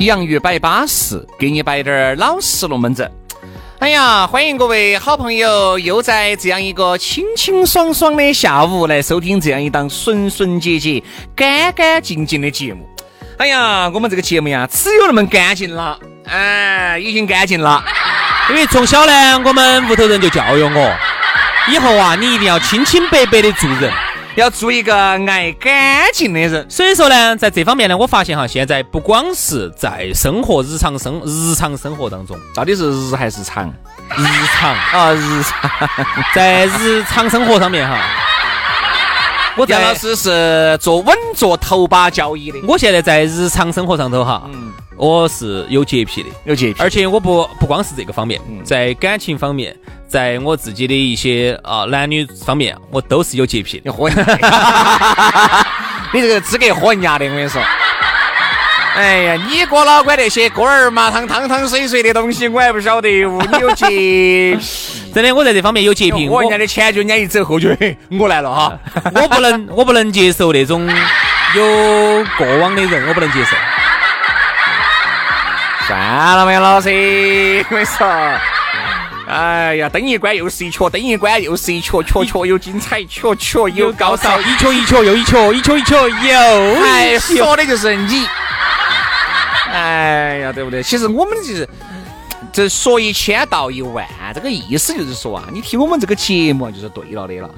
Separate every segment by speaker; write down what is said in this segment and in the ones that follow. Speaker 1: 洋芋摆巴适，给你摆点儿老实龙门阵。哎呀，欢迎各位好朋友又在这样一个清清爽爽的下午来收听这样一档纯纯洁洁、干干净净的节目。哎呀，我们这个节目呀，只有那么干净了，哎，已经干净 了。
Speaker 2: 因为从小呢，我们屋头人就教育我，以后啊，你一定要清清白白的做人。
Speaker 1: 要做一个爱干净的人，
Speaker 2: 所以说呢，在这方面呢，我发现哈，现在不光是在生活、日常生、日常生活当中，
Speaker 1: 到底是日还是长
Speaker 2: 日常
Speaker 1: 啊？日常。
Speaker 2: 在日常生活上面哈，我
Speaker 1: 杨老
Speaker 2: 在
Speaker 1: 师是做稳坐头把交椅的，
Speaker 2: 我现在在日常生活上头哈，我是有洁癖的，
Speaker 1: 有洁癖。
Speaker 2: 而且我不不光是这个方面
Speaker 1: 嗯，
Speaker 2: 在感情方面，在我自己的一些啊男女方面，我都是有洁癖
Speaker 1: 你
Speaker 2: 的。
Speaker 1: 喝人家， 你这个资格喝人家的，我跟你说。哎呀，你哥老倌那些锅儿麻汤、汤汤水水的东西，我还不晓得哟。你有 洁
Speaker 2: 真的，我在这方面有洁癖。
Speaker 1: 癖，喝人家的前脚，人家一走后脚，嘿 我来了 哈。
Speaker 2: 我不能，我不能接受 那种有过往的人，我不能接受。
Speaker 1: 算了嘛，杨老师，我跟你说。哎呀，灯一关又是一圈，灯一关又是一圈，圈圈有精彩，圈圈有高潮，
Speaker 2: 一球一球又一球，一球一球又
Speaker 1: 哎，
Speaker 2: 一球。
Speaker 1: 说的就是你。哎呀，对不对？其实我们就是这说一千道一万，这个意思就是说啊，你听我们这个节目就是对了的了。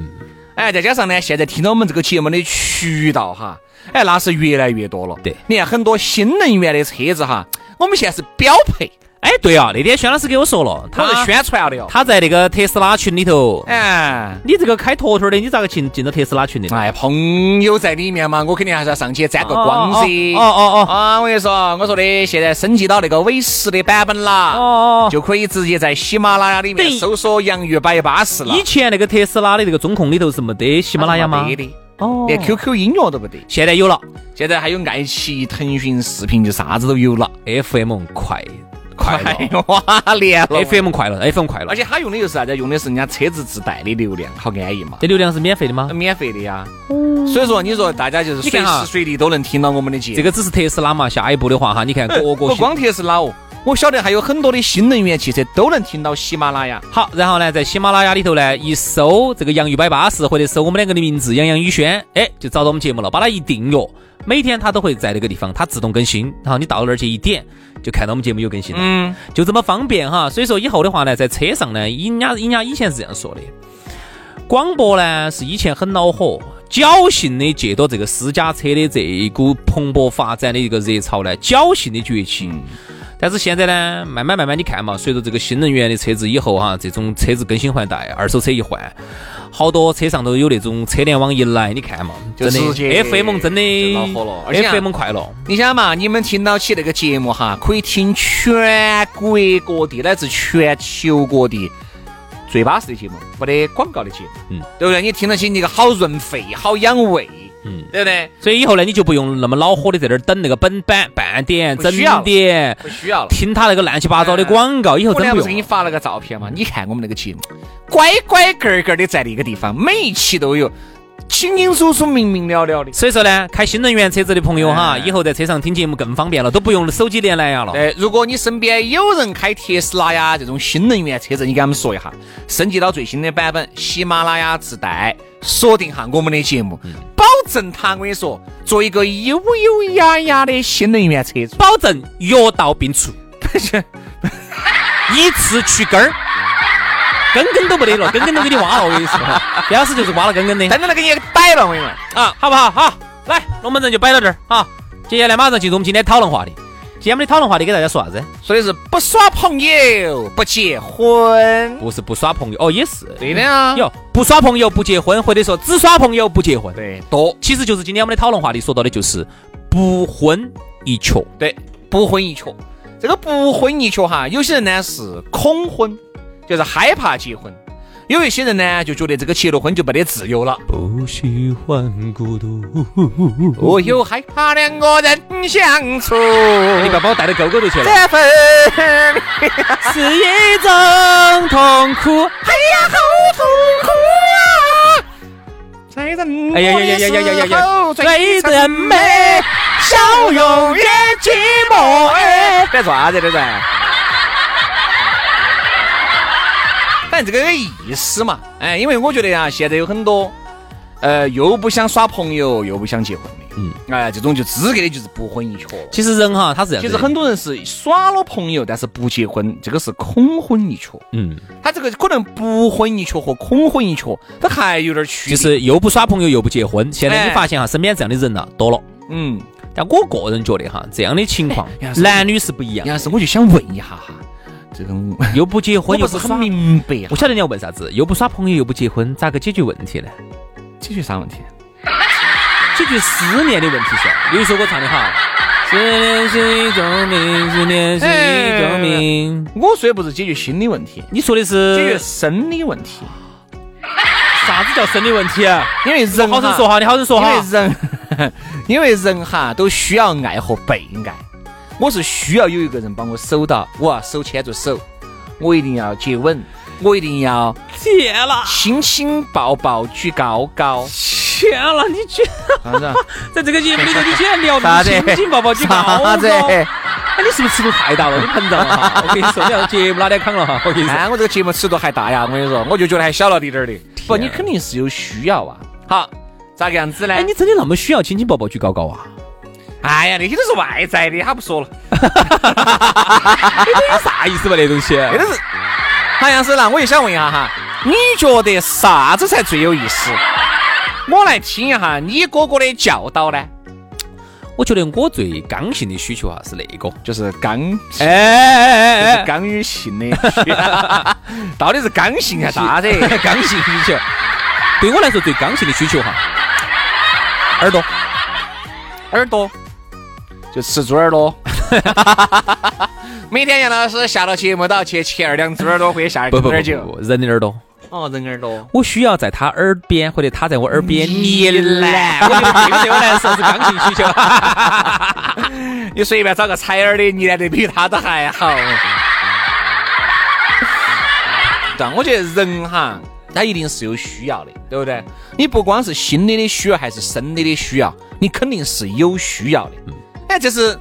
Speaker 1: 哎，再加上呢，现在听到我们这个节目的渠道哈，哎，那是越来越多了。
Speaker 2: 对
Speaker 1: 你看很多新能源的车子哈，我们现在是标配，
Speaker 2: 哎，对啊，那天轩老师给我说了，
Speaker 1: 我是
Speaker 2: 他
Speaker 1: 宣传的哟。
Speaker 2: 他在那个特斯拉群里头，
Speaker 1: 哎。
Speaker 2: 你这个开坨坨的，你咋个进进到特斯拉群里？
Speaker 1: 哎，朋友在里面嘛，我肯定还是要上去沾个光噻。
Speaker 2: 哦哦哦
Speaker 1: 啊，我跟你说，我说的现在升级到那个 V 十的版本啦，
Speaker 2: 哦哦
Speaker 1: 就可以直接在喜马拉雅里面
Speaker 2: 对
Speaker 1: 搜索“洋芋摆巴士”了。
Speaker 2: 以前那个特斯拉的那个中控里头是没得喜
Speaker 1: 喜
Speaker 2: 马拉雅吗？
Speaker 1: 哎没得，
Speaker 2: 哦，
Speaker 1: 连 QQ 音乐都不得。
Speaker 2: 现在有了
Speaker 1: 现在还有爱奇艺、腾讯视频，就啥子都有了。
Speaker 2: FM 快快乐
Speaker 1: 哇，连了
Speaker 2: ，FM 快乐，FM 快乐
Speaker 1: 而，且它用的又是啥子？用的是人家车子自带的流量，好安逸嘛，
Speaker 2: 这流量是免费的吗？
Speaker 1: 免费的呀。所以说，你说大家就是
Speaker 2: 嗯
Speaker 1: 随
Speaker 2: 你看啊哈
Speaker 1: 时随地都能听到我们的节目
Speaker 2: 这。个只是特斯拉嘛，下一步的话 哈，你看各
Speaker 1: 不
Speaker 2: 个
Speaker 1: 光特斯拉哦，我晓得还有很多的新能源汽车都能听到喜马拉雅。
Speaker 2: 好，然后呢，在喜马拉雅里头呢，一搜这个“洋芋摆巴士”或者搜我们两个的名字“杨洋宇轩”，哎，就找到我们节目了，把它一订阅，每天它都会在那个地方，它自动更新，然后你到那儿去一点，就看到我们节目有更新了，
Speaker 1: 嗯，
Speaker 2: 就这么方便哈。所以说以后的话呢，在车上呢，人家人家以前是这样说的，广播呢是以前很恼火。侥幸的借着这个私家车的这一股蓬勃发展的一个热潮呢，侥幸的崛起，
Speaker 1: 嗯
Speaker 2: 但是现在呢，慢慢慢慢，你看嘛，随着这个新能源的车子以后哈、这种车子更新换代，二手车一换，好多车上头有那种车联网一来，你看嘛，
Speaker 1: 就
Speaker 2: 真
Speaker 1: 直接
Speaker 2: 的 FM 真的
Speaker 1: 就恼火了而且啊
Speaker 2: FM 快乐，
Speaker 1: 你想嘛，你们听到起那个节目哈，可以听全国各地乃至全球各地最巴适的节目，没得广告的节目，
Speaker 2: 嗯，
Speaker 1: 对不对？你听得起，你个好润肺，好养胃，
Speaker 2: 嗯
Speaker 1: 对不对？
Speaker 2: 所以以后呢，你就不用那么恼火的在那儿等那个本版、半点、
Speaker 1: 不
Speaker 2: 整
Speaker 1: 需要了
Speaker 2: 点，
Speaker 1: 不需要了。
Speaker 2: 听他那个乱七八糟的广告，以后
Speaker 1: 我
Speaker 2: 真
Speaker 1: 俩
Speaker 2: 不
Speaker 1: 不是给
Speaker 2: 用啊
Speaker 1: 你
Speaker 2: 了。
Speaker 1: 发了个照片嘛？你看我们那个节目，乖乖个个的在那个地方，每一期都有。清清楚楚、明明了了的。
Speaker 2: 所以说呢，开新能源车子的朋友哈，
Speaker 1: 哎
Speaker 2: 以后在车上听节目更方便了，都不用手机连蓝牙了。
Speaker 1: 哎，如果你身边有人开特斯拉呀这种新能源车子，你给他们说一下，升级到最新的版本，喜马拉雅自带，锁定下我们的节目，保证他我跟你说，做一个悠悠雅雅的新能源 车主。
Speaker 2: 保证药到病除，一次去根儿，根根都不得了，根根都给你挖了。我跟 你说，杨老师就是挖了根根的
Speaker 1: 真的那个你摆了，我跟你说，
Speaker 2: 啊，好不好？好，来，龙门阵就摆到这儿啊。接下来马上进入我们今天讨论话题。今天我们的讨论话题给大家说啥子？
Speaker 1: 说的是不耍朋友不结婚，
Speaker 2: 不是不耍朋友哦，也是
Speaker 1: 对的啊，
Speaker 2: 哟，不耍朋友不结婚，或者说只耍朋友不结婚，
Speaker 1: 对
Speaker 2: 多。其实就是今天我们的讨论话题说到的就是不婚一缺。
Speaker 1: 对，不婚一缺。这个不婚一缺哈，有些人呢是恐婚，就是害怕结婚；有一些人呢就觉得这个结了婚就没得自由了。
Speaker 2: 不喜欢孤独。
Speaker 1: 我又害怕两个人相处，
Speaker 2: 你不要把我带到沟沟头去了。
Speaker 1: 这份哎
Speaker 2: 是一种痛苦。
Speaker 1: 啊在人
Speaker 2: 哎呀呀呀呀呀呀呀呀
Speaker 1: 最真美，笑容也寂寞哎。在做啥子的在？反正这个意思嘛，哎，因为我觉得啊，现在有很多，呃，又不想耍朋友，又不想结婚的，嗯，哎，这种就资格的就是不婚一缺。
Speaker 2: 其实人哈，他是这样
Speaker 1: 其
Speaker 2: 子的。
Speaker 1: 实很多人是耍了朋友，但是不结婚，这个是恐婚一缺。
Speaker 2: 嗯，
Speaker 1: 他这个可能不婚一缺和恐婚一缺，他还有点区别。
Speaker 2: 就是又不耍朋友又不结婚。现在
Speaker 1: 哎
Speaker 2: 你发现哈，身边这样的人呐、多了。
Speaker 1: 嗯，
Speaker 2: 但我个人觉得哈，这样的情况
Speaker 1: 哎呀是
Speaker 2: 男女是不一样，
Speaker 1: 杨老师，我就想问一下哈，这种
Speaker 2: 又不结
Speaker 1: 我
Speaker 2: 婚
Speaker 1: 不
Speaker 2: 又
Speaker 1: 是很
Speaker 2: 不耍。
Speaker 1: 明白
Speaker 2: 我
Speaker 1: 啊，
Speaker 2: 晓得你要问啥子，又不耍朋友又不结婚，咋个解决问题呢？
Speaker 1: 解决啥问题？
Speaker 2: 解决思念的问题噻。有一首歌唱的好，思念是一种病，思念是一种病。
Speaker 1: 我说的不是解决心理问题，
Speaker 2: 你说的
Speaker 1: 解决
Speaker 2: 是
Speaker 1: 生理问题，
Speaker 2: 啥子叫生理问题、啊？
Speaker 1: 因为人
Speaker 2: 好
Speaker 1: 哈
Speaker 2: 生说，哈，你好生说
Speaker 1: 因为
Speaker 2: 哈。
Speaker 1: 人， 因为人哈都需要爱和被爱。我是需要有一个人帮我守到，我要手牵着手，我一定要接吻，我一定要
Speaker 2: 天了，
Speaker 1: 亲亲抱抱举高高，
Speaker 2: 天了，你居
Speaker 1: 啥
Speaker 2: 然
Speaker 1: 子啊？
Speaker 2: 在这个节目里头，你居然聊
Speaker 1: 啥
Speaker 2: 的
Speaker 1: 子
Speaker 2: 亲？亲抱抱举高
Speaker 1: 啥
Speaker 2: 高。
Speaker 1: 子？
Speaker 2: 哎，你是不是尺度太大了？你膨胀了哈！我跟你说，你要节目哪天扛了哈！我跟你说，
Speaker 1: 哎，我这个节目尺度还大呀！我跟你说，我就觉得还小了滴点儿的。不，你肯定是有需要啊。好，咋个样子呢
Speaker 2: 哎，？你真的那么需要亲亲抱抱举高高啊？
Speaker 1: 哎呀，那些都是外在的，他不说了。
Speaker 2: 有 啥意思嘛？那东西？
Speaker 1: 那哎都是。好像是那，我就想问一下哈，你觉得啥子才最有意思？我来听一下你哥哥的教导呢，
Speaker 2: 我觉得我最刚性的需求啊是那个，
Speaker 1: 就是刚，
Speaker 2: 哎哎
Speaker 1: 就是，刚与性的需要， 到底是刚性还是啥子？
Speaker 2: 刚性需求，对我来说最刚性的需求哈，耳朵，
Speaker 1: 耳朵，就吃猪耳朵。 每天杨老师下了节目都要去切二两猪耳朵，或者下
Speaker 2: 不
Speaker 1: 点
Speaker 2: 不不
Speaker 1: 儿酒。
Speaker 2: 不，不人的耳朵。
Speaker 1: 哦，人耳朵。
Speaker 2: 我需要在他耳边或者他在我耳边
Speaker 1: 你
Speaker 2: 呢喃，我觉得这个对我来说是刚性需求。
Speaker 1: 你随便找个采耳的，你来的比他都还好。但我觉得人哈，他一定是有需要的，对不对？你不光是心理的需要，还是生理的需要，你肯定是有需要的。哎，这是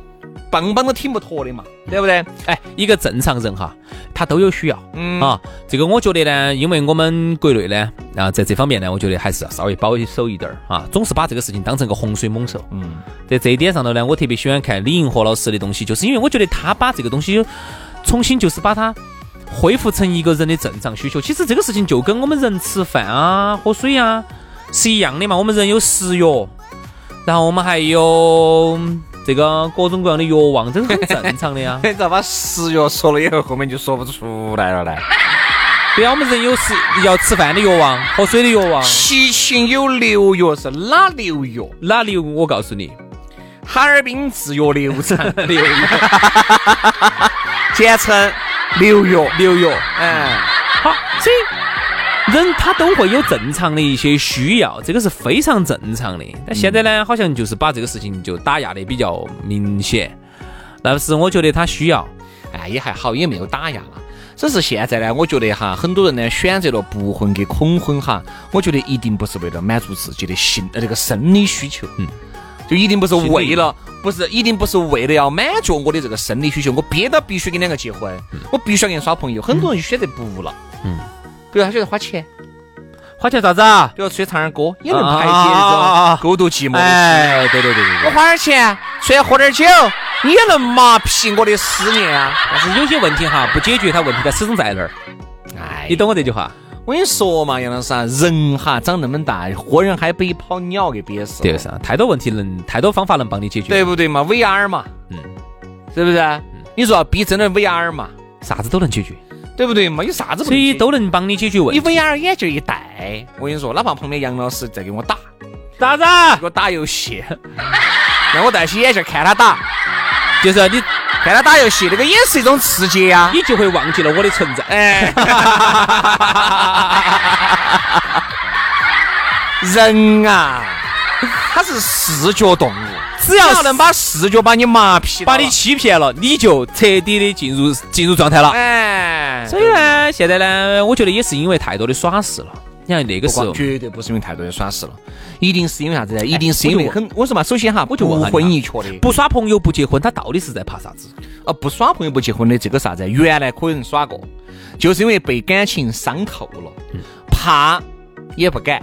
Speaker 1: 棒棒都挺不脱的嘛，对不对？
Speaker 2: 哎，一个正常人哈，他都有需要。
Speaker 1: 嗯
Speaker 2: 啊，这个我觉得呢，因为我们国内呢，啊，在这方面呢，我觉得还是要稍微保守一点儿啊，总是把这个事情当成个洪水猛兽。
Speaker 1: 嗯，。
Speaker 2: 在这一点上头呢，我特别喜欢看李银河老师的东西，就是因为我觉得他把这个东西重新就是把它恢复成一个人的正常需求。其实这个事情就跟我们人吃饭啊、喝水啊是一样的嘛。我们人有食欲，然后我们还有嗯这个各种各样的欲望，这是很正常的呀
Speaker 1: 你咋把食药说了以后，后面就说不出来了呢？
Speaker 2: 对啊，我们人有吃要吃饭的欲望，喝水的欲望。
Speaker 1: 七情有六药是哪六药？
Speaker 2: 哪里有？我告诉你，
Speaker 1: 哈尔滨制药六 厂，
Speaker 2: 流
Speaker 1: 简称六药。
Speaker 2: 流油。
Speaker 1: 嗯。
Speaker 2: 好，所以人他都会有正常的一些需要，这个是非常正常的。但现在呢，好像就是把这个事情就打压的比较明显。但是我觉得他需要，
Speaker 1: 哎，也还好，也没有打压了。只是现在呢，我觉得哈，很多人呢选择了不婚跟恐婚哈，我觉得一定不是为了满足自己的心呃这个生理需求，嗯，就一定不是为了。不是，一定不是为了要满足我的这个生理需求，我憋到必须跟两个结婚，
Speaker 2: 嗯
Speaker 1: 我必须要跟人耍朋友。很多人就选择不了，嗯，比如他选择花钱，
Speaker 2: 花钱啥子啊？
Speaker 1: 比如出去唱点歌，也能排解那种孤独寂寞的心。
Speaker 2: 哎，对对对对
Speaker 1: 我花点钱，出去喝点酒，也能麻痹我的思念啊！
Speaker 2: 但是有些问题哈，不解决它问题它始终在那儿，
Speaker 1: 哎
Speaker 2: 你，懂我这句话？
Speaker 1: 我跟你说嘛，杨老师啊，人哈长那么大，活人还被一泡鸟给憋死了，
Speaker 2: 对是啊，太多问题能，太多方法能帮你解决，
Speaker 1: 对不对嘛？VR 嘛，
Speaker 2: 嗯
Speaker 1: 嗯，对不对？你说要逼真的 VR 嘛，
Speaker 2: 啥子都能解决，
Speaker 1: 对不对嘛？有啥子不
Speaker 2: 所
Speaker 1: 能
Speaker 2: 以
Speaker 1: 解
Speaker 2: 都能帮你解决问
Speaker 1: 你
Speaker 2: 题。
Speaker 1: VR 眼镜一戴，我跟你说，哪怕旁边杨老师在给我打，
Speaker 2: 啥子？啊
Speaker 1: 给我打游 戏，让我戴起眼镜看他打，
Speaker 2: 就是啊你，
Speaker 1: 看他打游戏，那个也是一种刺激啊 呀、
Speaker 2: 你就会忘记了我的存在。
Speaker 1: 哎，人啊，他是视觉动物，
Speaker 2: 只
Speaker 1: 只
Speaker 2: 要
Speaker 1: 要能把视觉把你麻痹，
Speaker 2: 把你，欺骗了，你就彻底的进入进入状态了。
Speaker 1: 哎，
Speaker 2: 所以呢，现在呢，我觉得也是因为太多的耍事了。你看那
Speaker 1: 不
Speaker 2: 个时
Speaker 1: 光
Speaker 2: 候，
Speaker 1: 绝对不是因为太多人耍事了，一定是因为啥子呢？一定是因为
Speaker 2: 我就
Speaker 1: 很，哎我说嘛，首先哈，我
Speaker 2: 就问下你啊
Speaker 1: 混一圈的，
Speaker 2: 不耍朋友不结婚，他到底是在怕啥子？
Speaker 1: 啊，不耍朋友不结婚的这个啥子？原来可能耍过，就是因为被感情伤透了，怕也不敢，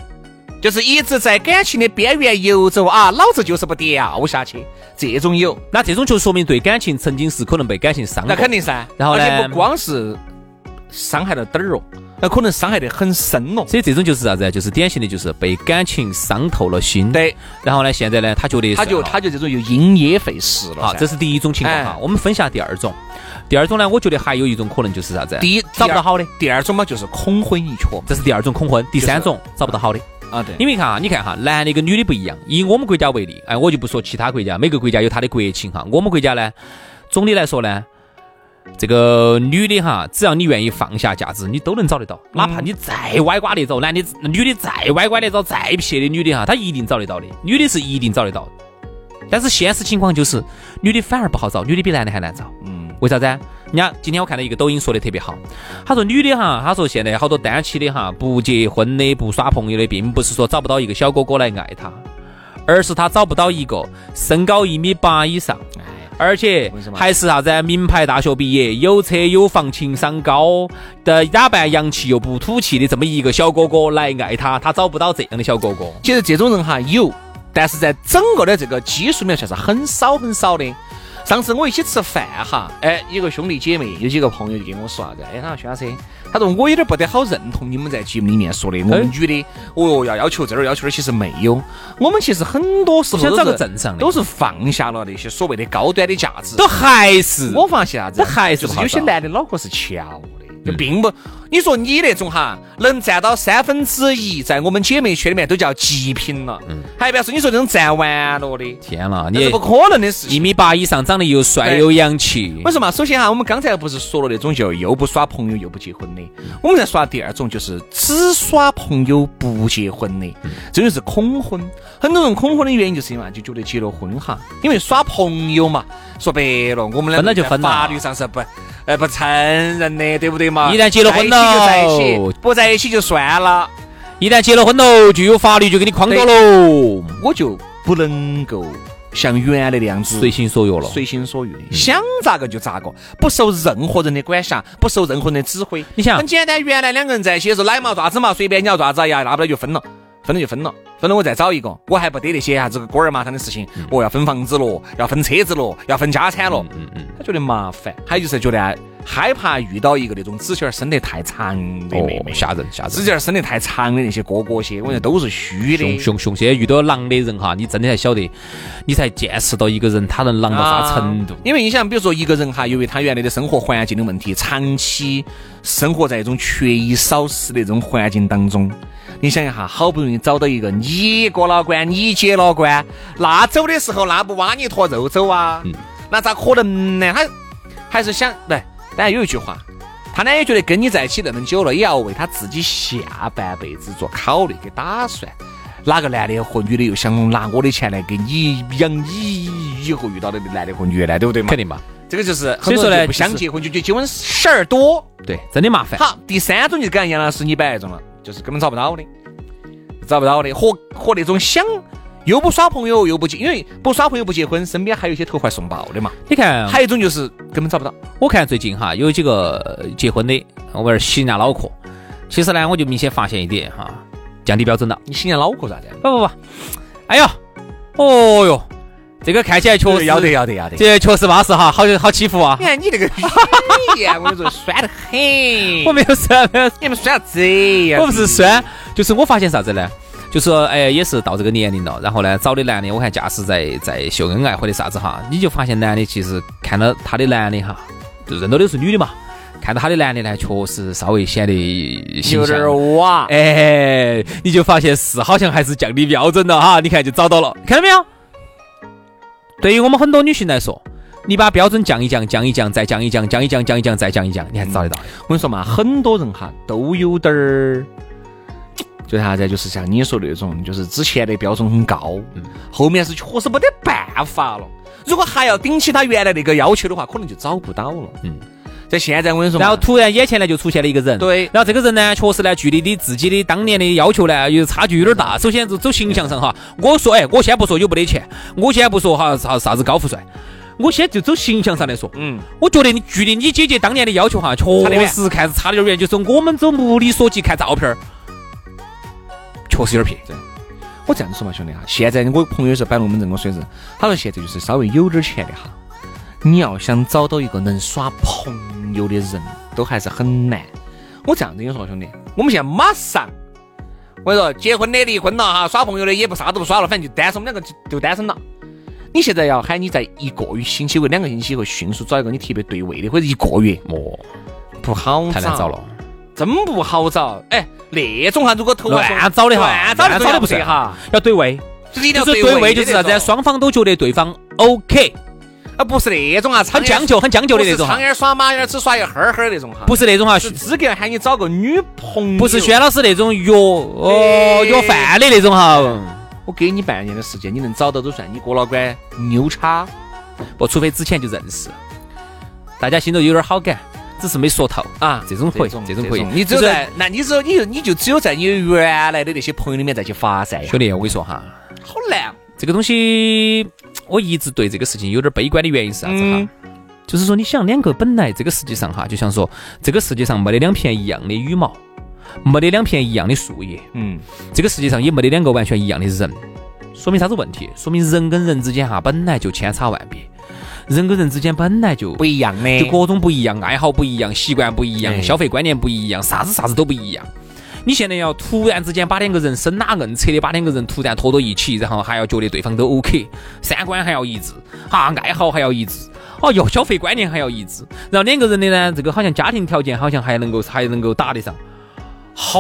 Speaker 1: 就是一直在感情的边缘游走啊，老子就是不掉下去。这种有，
Speaker 2: 那这种就说明对感情曾经是可能被感情伤
Speaker 1: 那
Speaker 2: 过。
Speaker 1: 肯定噻。
Speaker 2: 然后呢
Speaker 1: 而且不光是伤害到点儿哦，那可能伤害得很深哦。
Speaker 2: 所以这种就是啥子？啊就是典型的，就是被感情伤透了心。
Speaker 1: 对。
Speaker 2: 然后呢，现在呢，他觉得
Speaker 1: 他就
Speaker 2: 算了啊
Speaker 1: 他就这种又因噎废食了噻。
Speaker 2: 好，这是第一种情况哈
Speaker 1: 哎。
Speaker 2: 我们分下第二种，第二种呢，我觉得还有一种可能就是啥子？
Speaker 1: 第一
Speaker 2: 找不到好的，。
Speaker 1: 第二种嘛就是恐婚一瞥
Speaker 2: 这是第二种恐婚。第三种找不到好的。
Speaker 1: 啊，对
Speaker 2: 因为看啊，你看哈，男的跟女的不一样。以我们国家为例，哎，我就不说其他国家，每个国家有它的国情哈。我们国家呢，总的来说呢，这个女的哈，只要你愿意放下架子，你都能找得到，哪怕你再歪瓜裂枣，男的、女的再歪瓜裂枣、再撇的女的哈，她一定找得到的，女的是一定找得到。但是现实情况就是，女的反而不好找，女的比男的还难找。
Speaker 1: 嗯，
Speaker 2: 为啥子？人家今天我看到一个抖音说的特别好，他说女的哈，他说现在好多单妻的哈，不结婚的、不耍朋友的，并不是说找不到一个小哥哥来爱她，而是她找不到一个身高一米八以上，
Speaker 1: 哎，
Speaker 2: 而且
Speaker 1: 为什么
Speaker 2: 还是啥子名牌大学毕业，有车有房，情商高的，打扮洋气又不土气的这么一个小哥哥来爱她，她找不到这样的小哥哥。
Speaker 1: 其实这种人哈有，但是在整个的这个基数里面算是很少很少的。上次我一起吃饭哈，哎，有个兄弟姐妹，有几个朋友就跟我说啥子，哎，他说薛老师，他说我有点不得好认同你们在节目里面说的，我
Speaker 2: 哎
Speaker 1: 们女的，哦哟，要要求这儿要求那儿，其实没有，我们其实很多时候
Speaker 2: 想
Speaker 1: 都
Speaker 2: 找个
Speaker 1: 是
Speaker 2: 正常的
Speaker 1: 都是放下了那些所谓的高端的价值，
Speaker 2: 都还是
Speaker 1: 我发现啥子？
Speaker 2: 这还是
Speaker 1: 就是嗯
Speaker 2: 不好
Speaker 1: 有些
Speaker 2: 找
Speaker 1: 男的脑壳是翘的，就并不。你说你那种哈，能占到三分之一，在我们姐妹圈里面都叫极品了。还不要说你说这种占完了的，
Speaker 2: 天啦，
Speaker 1: 那
Speaker 2: 你
Speaker 1: 是不可能的事
Speaker 2: 一
Speaker 1: 情。啊
Speaker 2: 米八以上，长得又帅
Speaker 1: 对
Speaker 2: 又洋气
Speaker 1: 我，说嘛，首先啊哈，我们刚才不是说了那种就又不耍朋友又不结婚的，我们在耍第二种就是只耍朋友不结婚的，这就是恐婚。很多人恐婚的原因就是因为啥啊就觉得结了婚哈，因为耍朋友嘛，说白了我们两
Speaker 2: 分了
Speaker 1: 个
Speaker 2: 就
Speaker 1: 在
Speaker 2: 分了
Speaker 1: 法律上是不呃不承认的，对不对嘛？
Speaker 2: 一旦结了哦婚了
Speaker 1: 在一起就在一起，不在一起就算了，
Speaker 2: 一旦结了婚喽，就有法律就给你框到喽，
Speaker 1: 我就不能够像原来那样子
Speaker 2: 随心所欲了。
Speaker 1: 随心所欲
Speaker 2: 嗯
Speaker 1: 的，想咋个就咋个，不受任何人的管辖，不受任何人的指挥。
Speaker 2: 你想
Speaker 1: 很简单，原来两个人在一起的时候，奶嘛爪子嘛，随便你要爪子哎呀，大不了就分了。分了就分了，分了我再找一个，我还不得那些啥子锅儿麻汤的事情，我要分房子了，要分车子了，要分家产了，
Speaker 2: 嗯嗯，
Speaker 1: 他觉得麻烦，还有就是觉得害怕遇到一个那种指甲儿伸得太长的妹妹，
Speaker 2: 哦，吓人吓
Speaker 1: 指
Speaker 2: 人。
Speaker 1: 甲儿伸得太长的那些哥哥些，我觉得都是虚的
Speaker 2: 熊。熊熊！现在遇到狼的人哈，你真的才晓得，你才见识到一个人他能狼到啥程度
Speaker 1: 啊。因为你想，比如说一个人哈，由于他原来的生活环境的问题，长期生活在一种缺衣少食的这种环境当中，你想一下，好不容易找到一个你过了关，你解了关，那走的时候那不挖你一坨肉走啊？那咋可能呢？他还是想对，当然有一句话。他呢也觉得跟你在一起那么久了，也要为他自己下半辈子做考虑跟打算。哪个男的或女的又想拿我的钱来给你养你以后遇到的男的或女的呢，对不对嘛？
Speaker 2: 肯定嘛，
Speaker 1: 这这个就是
Speaker 2: 所以说
Speaker 1: 很多
Speaker 2: 呢
Speaker 1: 人就不
Speaker 2: 就
Speaker 1: 想
Speaker 2: 是
Speaker 1: 结婚就觉得结婚事儿多。
Speaker 2: 对，真的麻烦。
Speaker 1: 好，第三种就刚才杨老师你摆那种了，就是根本找不到的，找不到的，和和那种想又不耍朋友又不结，因为不耍朋友不结婚，身边还有一些投怀送抱的嘛。
Speaker 2: 你看，
Speaker 1: 还有一种就是根本找不到，
Speaker 2: 我看最近哈有几个呃结婚的，我们儿洗人家脑壳。其实呢，我就明显发现一点哈，降低标准了。
Speaker 1: 你新娘脑壳啥子？
Speaker 2: 不不不，哎呦，哦哟，这个看起来确实
Speaker 1: 要得，要得要得。
Speaker 2: 这确实巴适哈，好好欺负啊
Speaker 1: 你。哎看你这个语言，我跟你说，酸得 很。哎
Speaker 2: 我没有酸，没有啊
Speaker 1: 你们酸啥子呀？
Speaker 2: 我不是酸，就是我发现啥子呢？就是说，哎，也是到这个年龄了，然后呢，找的男的，我看驾驶在在秀恩爱或者啥子哈，你就发现男的其实看到他的男的哈，就认到的是女的嘛，看到他的男的呢，确实稍微显得
Speaker 1: 有
Speaker 2: 形
Speaker 1: 点
Speaker 2: 象
Speaker 1: 儿哇。
Speaker 2: 哎，你就发现是好像还是降低标准了哈，你看就找到了，看到没有？对于我们很多女性来说，你把标准降一降，降一降，再降一降，降一降，降一降，再降一降，你还是找得到的。
Speaker 1: 我跟你说嘛，很多人哈都有点儿，就啥子，就是像你说的那种，就是之前的标准很高，后面是确实没得办法了。如果还要顶起他原来那个要求的话，可能就找不到了。
Speaker 2: 嗯，
Speaker 1: 在现在我跟你说嘛，
Speaker 2: 然后突然眼前呢就出现了一个人，
Speaker 1: 对
Speaker 2: 然后这个人呢，确实呢，距离你自己的当年的要求呢，有差距有点大。首先就走形象上哈，我说，哎，我先不说有没得钱，我先不说哈啥啥子高富帅，我先就走形象上来说，
Speaker 1: 嗯，
Speaker 2: 我觉得你距离你姐姐当年的要求哈，确
Speaker 1: 差得远
Speaker 2: 实看是差得有点远。就是我们走目力所及看照片儿，确实有点撇。
Speaker 1: 我这样子说嘛，兄弟哈，现在我朋友是摆龙门阵，我说的是，他说现在就是稍微有点钱的哈，你要想找到一个能耍朋友的人，都还是很难。我这样子跟你说，兄弟，我们现在马上，我跟你说，结婚的离婚了哈，耍朋友的也不啥都不耍了，反正就单身，我们两个就就单身了。你现在要喊你在一个月、星期或两个星期以后迅速找一个你特别对味的，或者一个月，
Speaker 2: 哦，
Speaker 1: 不好
Speaker 2: 太难找了，
Speaker 1: 真不好找。哎，那种哈，如果投
Speaker 2: 乱找的
Speaker 1: 乱
Speaker 2: 哈，
Speaker 1: 找的
Speaker 2: 乱找的不是
Speaker 1: 对哈，，
Speaker 2: 要对位，
Speaker 1: 就是一定
Speaker 2: 就
Speaker 1: 要
Speaker 2: 是
Speaker 1: 对
Speaker 2: 对位就是啥子
Speaker 1: 的那
Speaker 2: 啊，
Speaker 1: 种
Speaker 2: 双方都觉得对方 OK，
Speaker 1: 啊，不是那种啊，苍
Speaker 2: 很
Speaker 1: 蝇
Speaker 2: 将就，很将就的那
Speaker 1: 不
Speaker 2: 种
Speaker 1: 是
Speaker 2: 哈
Speaker 1: 苍，蝇耍马蝇只耍一哈儿哈儿那种哈，
Speaker 2: 不
Speaker 1: 是
Speaker 2: 是那种哈，
Speaker 1: 资格喊你找个女朋友，
Speaker 2: 不是轩老师那种约哦
Speaker 1: 哎
Speaker 2: 约饭的那种哈，
Speaker 1: 我给你半年的时间，你能找到都算你过了关，牛叉。
Speaker 2: 不，除非之前就认识，大家心头有点好感，只是没说透啊，这种可以，这种可以，
Speaker 1: 你只有
Speaker 2: 就是
Speaker 1: 在那，你只有你就你就只有在你原来的那些朋友里面再去发散呀，
Speaker 2: 兄弟，我跟你说哈，
Speaker 1: 好难啊。
Speaker 2: 这个东西，我一直对这个事情有点悲观的原因是啥子哈？
Speaker 1: 嗯
Speaker 2: 就是说，你想两个本来这个世界上哈，就像说这个世界上没得两片一样的羽毛，没得两片一样的树叶，
Speaker 1: 嗯，
Speaker 2: 这个世界上也没得两个完全一样的人，说明啥子问题？说明人跟人之间哈本来就千差万别，人跟人之间本来就
Speaker 1: 不一样的，
Speaker 2: 就各种不一样，爱好不一样，习惯不一样，
Speaker 1: 哎
Speaker 2: 消费观念不一样，啥子啥子都不一样。你现在要突然之间把两个人生拉硬扯的把两个人突然拖到一起，然后还要觉得对方都 OK，三观还要一致，哈，爱好还要一致，哦哟，消费观念还要一致，然后两个人的呢，这个好像家庭条件好像还能够还能够打得上。好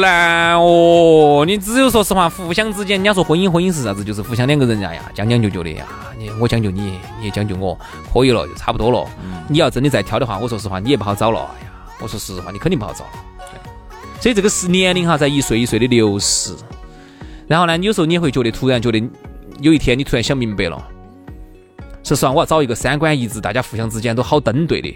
Speaker 2: 难哦！你只有说实话，互相之间，人家说婚姻，婚姻是啥子？就是互相两个人呀呀，将将就就的呀。你我将就你，你也将就我，可以了，就差不多了。你要真的再挑的话，我说实话，你也不好找了。哎呀，我说实话，你肯定不好找了。哎所以这个是年龄哈，在一岁一岁的流逝。然后呢，有时候你也会觉得，突然觉得有一天你突然想明白了，说实话，我要找一个三观一致，大家互相之间都好登对的。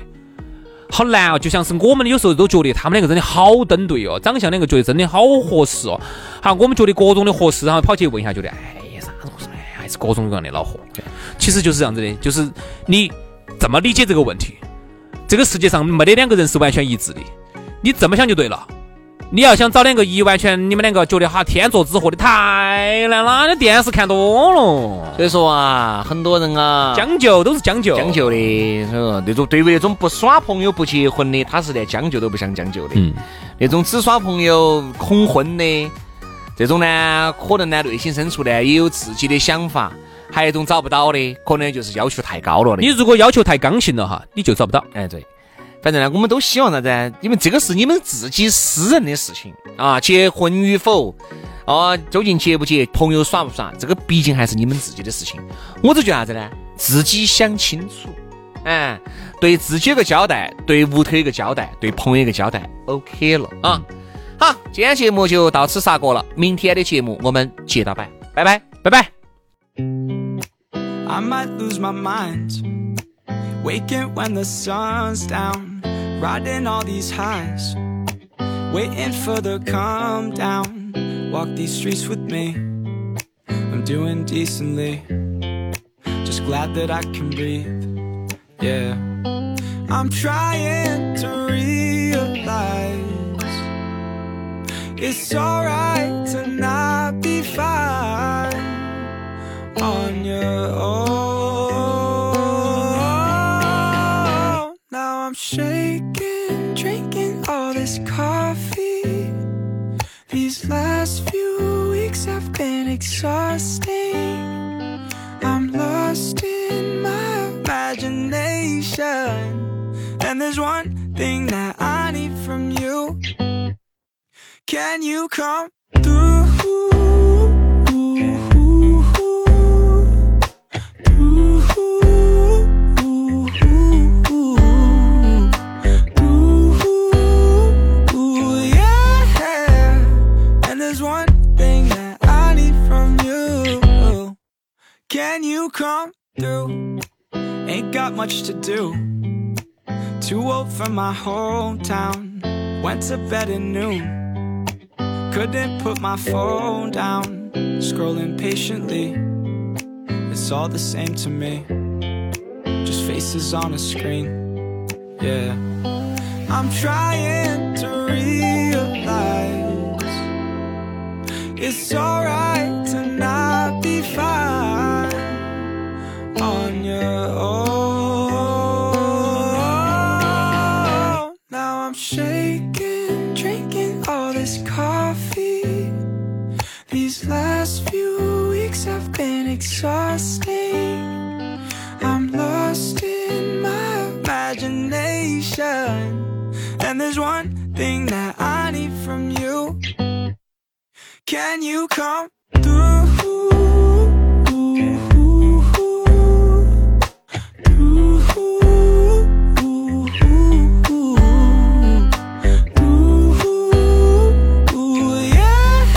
Speaker 2: 好难哦，就像是我们有时候都觉得他们两个真的好登对哦，长相两个觉得真的好合适哦。好，我们觉得各种的合适，然后跑去问一下，觉得哎呀啥子合适，哎还是各种各样的恼火。其实就是这样子的，就是你这么理解这个问题，这个世界上没得两个人是完全一致的，你这么想就对了。你要想找两个一完全，你们两个觉得哈天作之合的太难了，那电视看多了，
Speaker 1: 所以说啊，很多人啊，
Speaker 2: 将就都是将就，
Speaker 1: 将就的，所以说那种对于那种不耍朋友不结婚的，他是连将就都不想将就的。
Speaker 2: 嗯，
Speaker 1: 那种只耍朋友恐婚的，这种呢，可能呢内心深处呢也有自己的想法。还有一种找不到的，可能就是要求太高了的。
Speaker 2: 你如果要求太刚性了哈，你就找不到。
Speaker 1: 哎，对，反正呢，我们都希望啥子啊？你们这个是你们自己私人的事情啊，结婚与否，啊，究竟结不结，朋友耍不耍，这个毕竟还是你们自己的事情。我只觉得啥子呢？自己想清楚，哎，对自己有个交代，对屋头有个交代，对朋友有个交代，OK 了啊。好，今天节目就到此煞过了，明天的节目我们接着摆，拜拜，拜拜。
Speaker 3: I might lose my mind. Waking when the sun's down, riding all these highs. Waiting for the calm down, walk these streets with me. I'm doing decently, just glad that I can breathe. Yeah, I'm trying to realize it's alright to not be fine on your own. Now I'm shaking, drinking all this coffee. These last few weeks have been exhausting. I'm lost in my imagination. And there's one thing that I need from you. Can you come through? Yeah. And there's one thing that I need from you. Can you come through? Ain't got much to do. Too old for my hometown. Went to bed at noon. Couldn't put my phone down, scrolling patiently. It's all the same to me, just faces on a screen. Yeah, I'm trying to realize it's alright to not be fine on your own. Now I'm shaking, drinking all this coffee. These last few weeks have been exhausting. I'm lost in my imagination. And there's one thing that I need from you. Can you come through?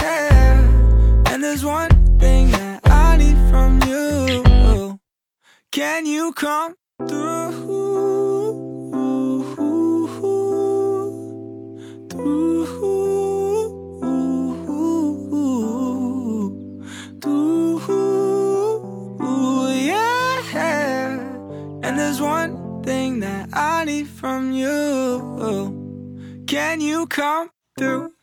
Speaker 3: yeah. And there's one thing that I need from you. Can you come through? Through, through, yeah. And there's one thing that I need from you. Can you come through?